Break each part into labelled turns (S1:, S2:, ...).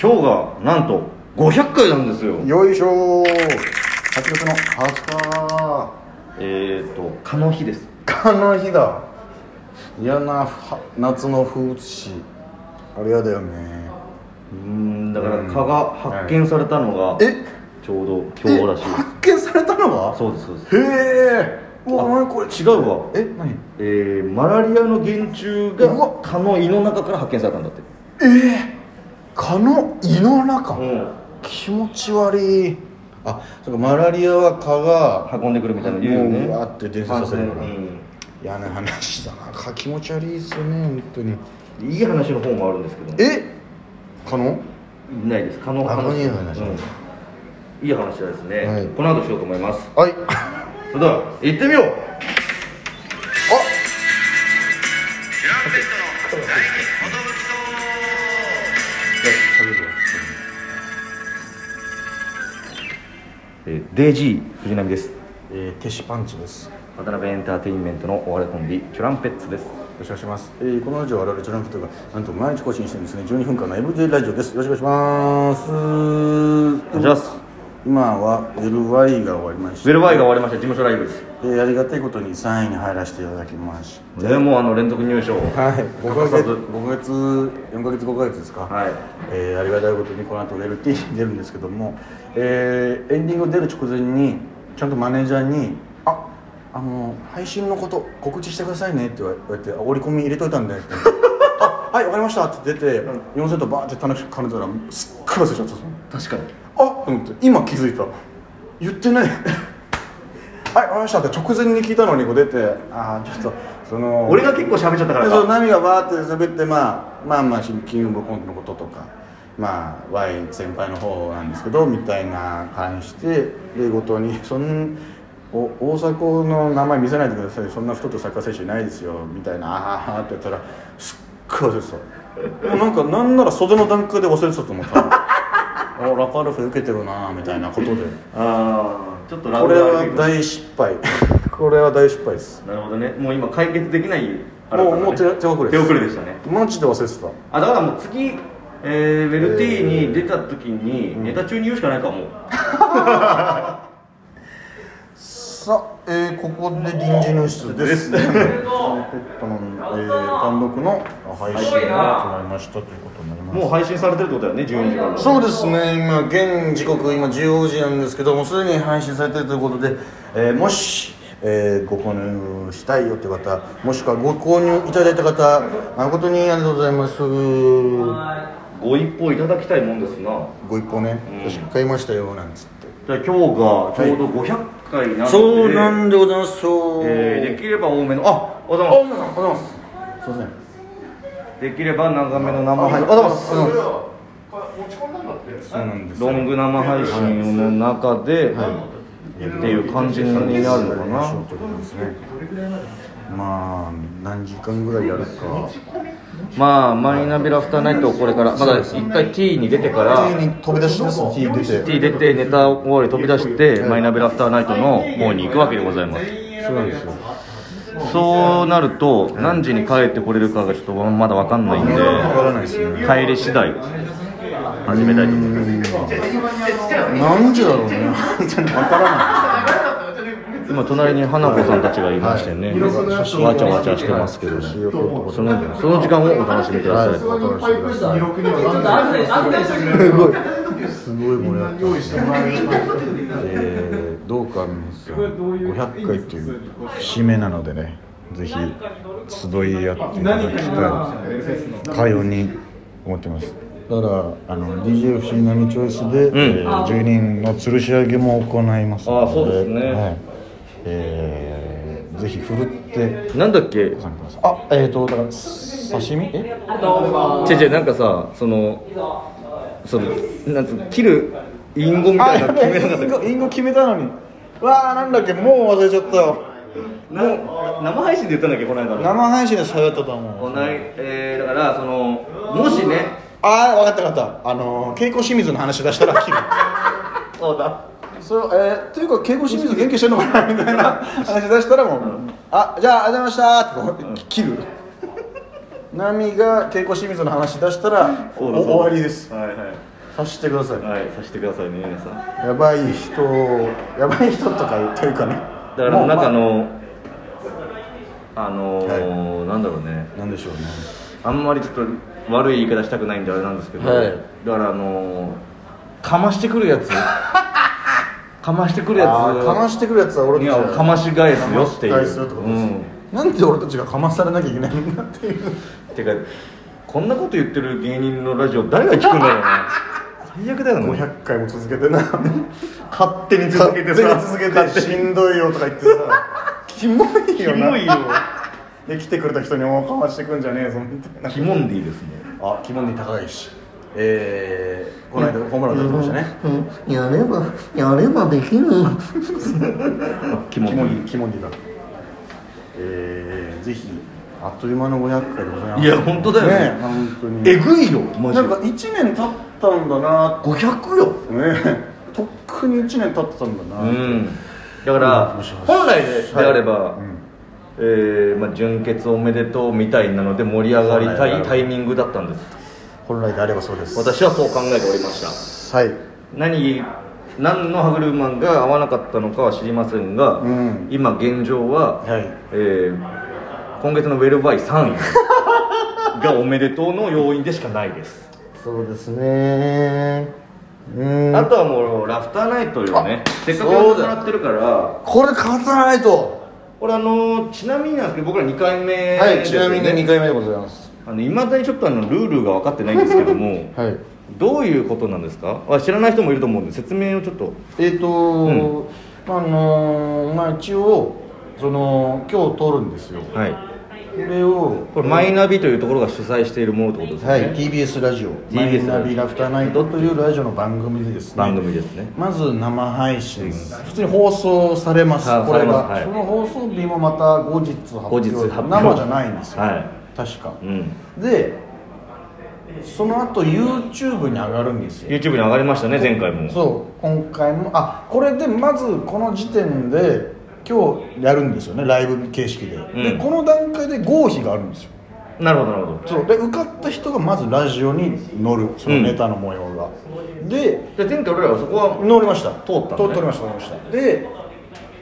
S1: 今日がなんと500回なんですよ
S2: よいしょー8月の20
S1: えー、っと蚊の日です
S2: 日かな日だ嫌なふ夏の風物詩あれやだよね
S1: うーんだから
S2: うん
S1: 蚊が発見されたのが
S2: え
S1: ちょうど今日らしい
S2: え発見されたのは
S1: そうですそうです
S2: へえうわ
S1: あ
S2: 何これ
S1: 違うわ
S2: え何
S1: えー、マラリアの原虫
S2: う
S1: が
S2: わ
S1: 蚊の胃の中から発見されたんだって
S2: ええ蚊の胃の中、
S1: うん
S2: 気持ち悪いあそうかマラリアは蚊が
S1: 運んでくるみたいなの言うよね
S2: もううわーって伝染させるか
S1: う
S2: ら
S1: ん
S2: 嫌な話だな蚊気持ち悪いですよね本当に
S1: いい話の方もあるんですけど
S2: え蚊の
S1: ないです蚊の
S2: あ
S1: 話
S2: いい話
S1: うんいい話はですね、
S2: はい
S1: この後しようと思います
S2: はい
S1: それでは行ってみよう
S2: あ
S1: えーデイジー藤波です
S2: えー、テシパンチですよ
S1: 渡辺エンターテインメントのお笑いコンビチュランペッツです
S2: ろしくお願いします、えー、このラジオは我々ジョナンフットがなんと毎日更新してるんですね12分間の MJ ラジオですよろしくお願いします
S1: お願いします
S2: 今は LY が終わりまし
S1: ウ
S2: た
S1: ェルバイが終わりました事務所ライブです
S2: えー、ありがたいことに3位に入らせていただきまし
S1: ねもうあの連続入賞
S2: たはい5
S1: 欠かさ
S2: ヶ月
S1: ず
S2: 5ヶ月4ヶ月5ヶ月ですか
S1: はい
S2: えーありがたいことにこの後 LT に 出るんですけども、えーエンディング出る直前にちゃんとマネージャーに「ああの配信のこと告知してくださいね」って言われてあ「折り込み入れといたんで」って言って「あはいわかりました」って出て、四千4000とバーって楽しく兼ねたらすっごい忘れちゃったその
S1: 確かに
S2: あっと思って今気づいた言ってない はいわかりましたって直前に聞いたのにこう出てああちょっとその
S1: 俺が結構喋っちゃったから
S2: でそう
S1: か
S2: 波がバーって喋って、まあ、まあまあキングオブコントのこととかまあ Y 先輩の方なんですけどみたいな感じでで後藤に「そんお大迫の名前見せないでくださいそんな太ったサッカー選手いないですよ」みたいな「あはは」って言ったらすっごい忘れてたもうなんかなんなら袖の段階で忘れてたと思っ たあラパルフェ受けてるなみたいなことで
S1: ああちょっとラ
S2: こ
S1: ウ
S2: れ
S1: ドが
S2: は大失敗これは大失敗です
S1: なるほどねもう今解決できないあれだ
S2: も
S1: った
S2: う
S1: ね
S2: もう手手遅れ
S1: 手
S2: です
S1: 遅れでしたね
S2: マジで忘れてた
S1: あだからもう次えー、ウェルティーに出た時に、ネタ中に言うしかないかもう
S2: さあ、えー、ここで臨時の室 です。ペットの、えー、単独の配信が決まりましたということになります。
S1: もう配信されてるってことだよね12時から
S2: そうですね、今、現時刻、今15時なんですけども、すでに配信されているということで、えーもし、えーご購入したいよという方、もしくはご購入いただいた方、誠にありがとうございます。
S1: ご一報いただきたいもんですな
S2: ご一報ね、私買いましたよ、なんつって。
S1: じゃあ今日がちょうど500回なんで、
S2: そうなんでございます。そう。
S1: えーできれば多めのあおはようございます
S2: あ、皆さん、おはようございます。すいません。
S1: できれば長めの生
S2: あはい
S1: 配信、あ
S2: あどうもそうなんです
S1: ロング生配信の中で、っていう感じになるのかな、
S2: まあ何時間ぐらいやるか
S1: まあマイナビラフターナイトをこれからまだ一回 T に出てから
S2: 急に飛び出しです T 出て
S1: T 出てネタ終わり飛び出してマイナビラフターナイトの方に行くわけでございます
S2: そうなんですよ
S1: そうなると何時に帰ってこれるかがちょっとまだわかんないんで
S2: わからないですね
S1: 帰り次第始めたいと思います
S2: 何時だろうね本当にわから
S1: 今隣に花子さんたちがいましてね、わちゃわちゃしてますけどねそのその時間をお楽しみください、
S3: そこにパイプ椅子に6人は何だ
S2: ないすごいすごい盛り上がってますねえーどうか皆さん500回という節目なのでねぜひ集いやっていただきたいかように思ってますだからあの DJ 不思議なみチョイスで、えー10人の吊るし上げも行いますので
S1: あそうですね
S2: はいえーぜひふるって
S1: なんだっけ
S2: 参加くださいあえっ、ー、とだから刺身え
S1: ちぇちぇなんかさそのそのなんつうの切る隠語みたいなの決めなかったっけ
S2: インゴ決めたのにわあなんだっけもう忘れちゃったよ
S1: な生配信で言ったんだっけこの間の
S2: 生配信で喋ったと思う
S1: こないえーだからそのもしね
S2: ああ分かった分かったあのー稽古清水の話出したら切る
S1: そうだ
S2: そうえー、というか稽古清水元気してんのかなみたいな話出したらもう「あじゃあありがとうございました」ってこう切るナミが稽古清水の話出したら
S1: そうだ
S2: お終わりです
S1: はいはい
S2: 察してください
S1: はいさせてくださいね皆さんだ
S2: やばい人やばい人とかというかね
S1: からなんかあ
S2: もう
S1: のあのーなんだろうね
S2: まあなんでしょうね
S1: あんまりちょっと悪い言い方したくないんであれなんですけど、
S4: はい
S1: だからあのーかましてくるや つかましてくるやつ
S2: あーかましてくるやつは
S1: い
S2: 俺たち
S1: や
S2: は
S1: かまし返すよっていう
S2: 返すよってことですよなんで俺たちがかまされなきゃいけないんだっていう
S1: うん、てかこんなこと言ってる芸人のラジオ誰が聞くんだろうな 最悪だよね
S2: 500回も続けてな
S1: 勝手に
S2: 勝手に続けてしんどいよとか言ってさキモいよな
S1: キモいよ
S2: で来てくれた人にもかましてくんじゃねえぞみたいな
S1: キモンディですね
S2: あキモンディ高岸えー、この間ホームラン打ってましたね、
S4: うん、やればやればできる
S1: あキ
S2: キモ
S1: モ
S2: ン
S1: ンデ
S2: ディキモンディだえー、ぜひあっという間の500回でございます
S1: ィいや本当だよね
S2: 本当に
S1: えぐいよマジ
S2: なん
S1: で
S2: か1年経ったんだな
S1: 500よ
S2: ねとっくに1年経ってたんだな、
S1: うんだから
S2: もしもし
S1: 本来であれば、
S2: うん
S1: えーまあ、純潔おめでとうみたいなので盛り上がりた
S2: はい
S1: いタイミングだったんです
S2: 本来であればそうです
S1: 私はそう考えておりました
S2: はい
S1: 何何の歯車が合わなかったのかは知りませんが、
S2: うん
S1: 今現状は、
S2: はい
S1: えー今月のウェルバイ3位 がおめでとうの要因でしかないです
S4: そうですねうん
S1: あとはもうラフターナイトよねせっかくや
S4: そ
S1: っ
S4: う
S1: て
S4: だ
S1: もらってるから
S4: これ勝たないと
S1: 俺あのちなみになんですけど僕ら2回目ですよ
S4: は
S1: ね、
S4: い、ちなみに2回目でございます
S1: あの未だにちょっとあのルールが分かってないんですけど も
S4: はい
S1: どういうことなんですかあ知らない人もいると思うんで説明をちょっと
S2: えっ、と
S1: ん
S2: まああのーまあ一応その今日撮るんですよこ
S1: はい
S2: れを
S1: これマイナビというところが主催しているものってことですよ
S2: は
S1: ね、
S2: い TBS ラジオ「マイ
S1: TBS
S2: ナビラフターナイト」というラジオの番組でですね
S1: 番組ですね
S2: まず生配信普通に放送されます
S1: はい
S2: これ
S1: され
S2: が、
S1: ますはい
S2: その放送日もまた後日発
S1: 後
S2: 表
S1: 日発表
S2: 生じゃないんですよ、
S1: は
S2: 確か
S1: い、うん、
S2: でその後 YouTube に上がるんですよ
S1: YouTube に上がりましたね前回も
S2: そう今回もあこれでまずこの時点で今日やるんですよねライブ形式で、
S1: う
S2: で
S1: ん
S2: この段階で合否があるんですよ
S1: なるほどなるほど
S2: そうで受かった人がまずラジオに乗るそのネタの模様が、で
S1: で前回俺らはそこは
S2: 乗りました
S1: 通ったのね
S2: 通りました通りましたで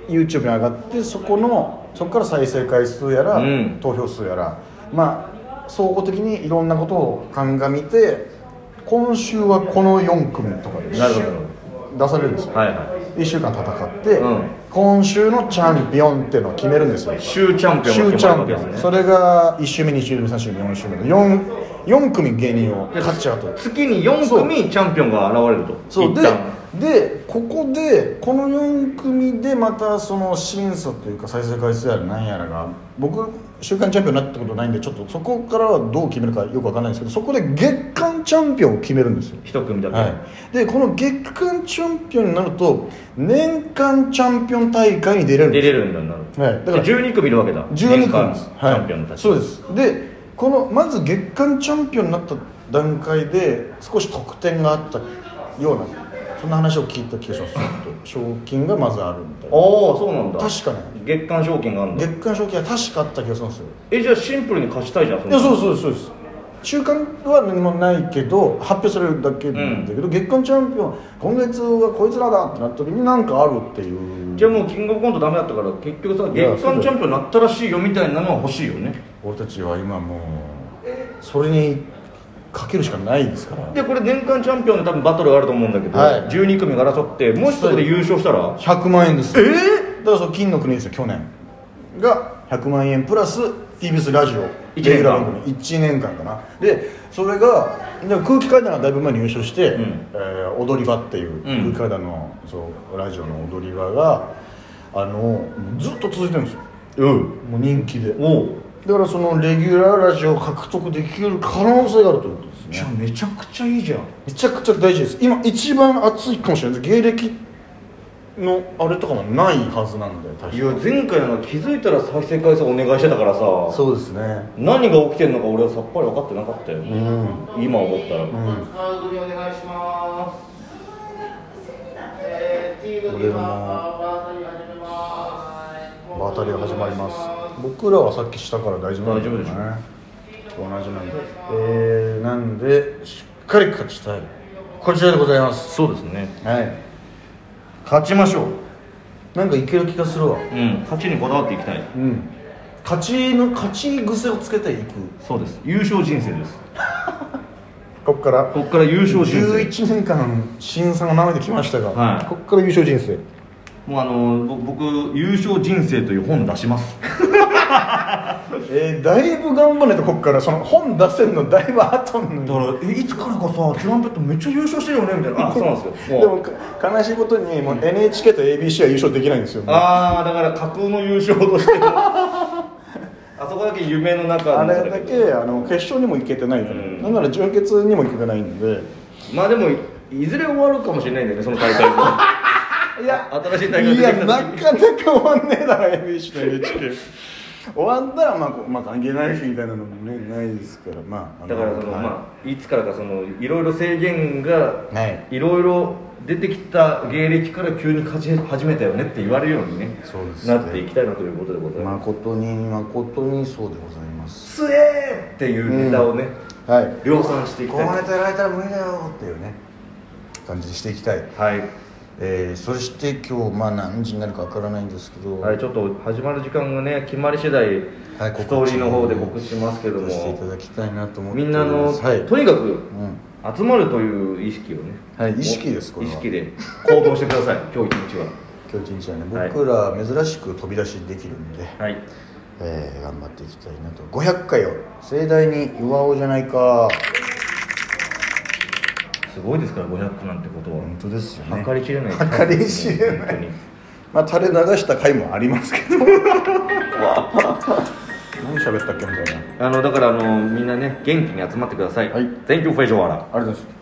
S2: YouTube に上がってそこのそこから再生回数やら、
S1: うん
S2: 投票数やらまあ総合的にいろんなことを鑑みて今週はこの4組とかで
S1: なるほどなる
S2: 出されるんですよ、
S1: はいはい
S2: 1週間戦って、
S1: うん
S2: 今週のチャンピオンっていうのを決めるんですよ
S1: 州チャンピオンが
S2: 週
S1: 決
S2: チ
S1: まる
S2: ャ
S1: わ
S2: ンピ
S1: け
S2: オ
S1: です
S2: ン、
S1: ね
S2: それが1週目2週目3週目4週目の 4, 4組芸人を勝っちゃうと
S1: 月に4組チャンピオンが現れると
S2: そう
S1: 一
S2: で
S1: 旦
S2: でここでこの4組でまたその審査というか再生回数やらなんやらが僕週間チャンピオンになったことないんでちょっとそこからはどう決めるかよくわかんないんですけどそこで月間チャンピオンを決めるんですよ
S1: 一組だけ、
S2: はい、でこの月間チャンピオンになると年間チャンピオン大会に出れるん
S1: 出
S2: で
S1: れるんだなる
S2: す、はい、だから
S1: で12組いるわけだ
S2: 12
S1: 年間
S2: 組です、
S1: チャンピオンた
S2: はい、
S1: ち、
S2: そうですでこのまず月間チャンピオンになった段階で少し得点があったようなそんな話を聞いた気がします賞金がまずあるみたいな
S1: ああそうなんだ
S2: 確かね
S1: 月間賞金があるんだ
S2: 月間賞金は確かあった気がするんですよ
S1: えじゃあシンプルに勝ちたいじゃん
S2: いやそううそうそうです週間は何もないけど発表されるだけなんだけど、月間チャンピオン今月はこいつらだってなった時に何かあるっていう
S1: じゃあもうキングオブコントダメだったから結局さ
S2: いや
S1: 月間チャンピオンになったらしいよみたいなのは欲しいよね
S2: 俺たちは今もうそれにかけるしかないですから
S1: でこれ年間チャンピオンで多分バトルがあると思うんだけど、
S2: はい
S1: 12組が争ってもしそこで優勝したら
S2: 100万円ですえだからその金の国ですよ去年が100万円プラス TBS ラジオ
S1: 一年間
S2: レギュラー番組1年間かなでそれがでも空気階段がだいぶ前に優勝して、
S1: うん
S2: えー踊り場っていう空
S1: ん
S2: 気階段の、そうラジオの踊り場があのずっと続いてるんですよ
S1: うん
S2: もう人気で
S1: おう
S2: だからそのレギュラーラジオを獲得できる可能性があるということですね
S1: じゃあめちゃくちゃいいじゃん
S2: めちゃくちゃ大事です今一番熱いかもしれないです芸歴のあれとかもないはずなんで確
S1: いや前回なんか気づいたら再生回数お願いしてたからさ
S2: そうですね
S1: 何が起きてんのか俺はさっぱり分かってなかったよ、
S2: うん
S1: 今思ったら、
S3: カード組お願いします。えー、チーム
S2: 俺
S3: 組
S2: の
S3: はバータリー
S2: バタリが
S3: 始めます。
S2: 始まります僕らはさっきしたから大丈夫なんだよね
S1: 大丈
S2: 同じなんでえー、なんでしっかり勝ちたいこちらでございます
S1: そうですね
S2: はい勝ちましょうなんかいける気がするわ
S1: うん勝ちにこだわっていきたい
S2: うん勝ちの勝ち癖をつけていく
S1: そうです優勝人生です
S2: ここから
S1: こっから優勝人生
S2: 11年間新さんが舐めてきましたが、
S1: はい
S4: こっから優勝人生
S1: もうあのぼ僕優勝人生という本出します
S2: えーだいぶ頑張らないとこっからその本出せるのだいぶ後なのに
S1: だからえいつからかさトランペットめっちゃ優勝してるよねみたい なあそうなんですよ
S2: でもか悲しいことにもう NHK と ABC は優勝できないんですよ
S1: ああだから架空の優勝として あそこだけ夢の中の
S2: あれだけあの決勝にも行けてないから、
S1: うん
S2: なんなら準決にも行けてないんで
S1: まあでもいいずれ終わるかもしれないんだよねその大 会も
S2: いや
S1: 新しい大会出
S2: い
S1: て
S2: や
S1: きた時に
S2: なかなか終わんねえだろ ABC と NHK 終わったらまあ、こうまあ、関係ないしみたいなのもねないですからまああ
S1: だからその、
S2: はい
S1: まあいつからかそのいろいろ制限が
S2: はい
S1: いろいろ出てきた芸歴から急に勝ち始めたよねって言われるようにね
S2: そうですね
S1: なっていきたいなということでございます、
S2: 誠に誠にそうでございます
S1: すえーっていうネタをね、
S2: はい
S1: 量産していき
S2: こ
S1: た
S2: う
S1: い
S2: までやられたら無理だよっていうね感じにしていきたい、
S1: はい、
S2: えー、そして今日まあ何時になるかわからないんですけど
S1: はい、ちょっと始まる時間がね決まり次第、
S2: はい告知
S1: ストーリーの方で告知しますけども
S2: していただきたいなと思って
S1: みんなの、
S2: はい、
S1: とにかく
S2: うん、
S1: 集まるという意識をね
S2: はい意識ですこれ
S1: 意
S2: は
S1: 識で行動してください 今日一日は
S2: 今日一日はね
S1: はい
S2: 僕ら珍しく飛び出しできるんで、
S1: はい
S2: えー、頑張っていきたいなと500回を盛大に祝おうじゃないか
S1: すごいですから500なんてことは
S2: 本当ですよね
S1: 計り知れない
S2: 計り知れない
S1: 本当に
S2: まあ垂れ流した回もありますけど何喋ったっけみたいな
S1: あのだからあのみんなね元気に集まってください、
S2: はい
S1: Thank you for your
S2: ありがとうございます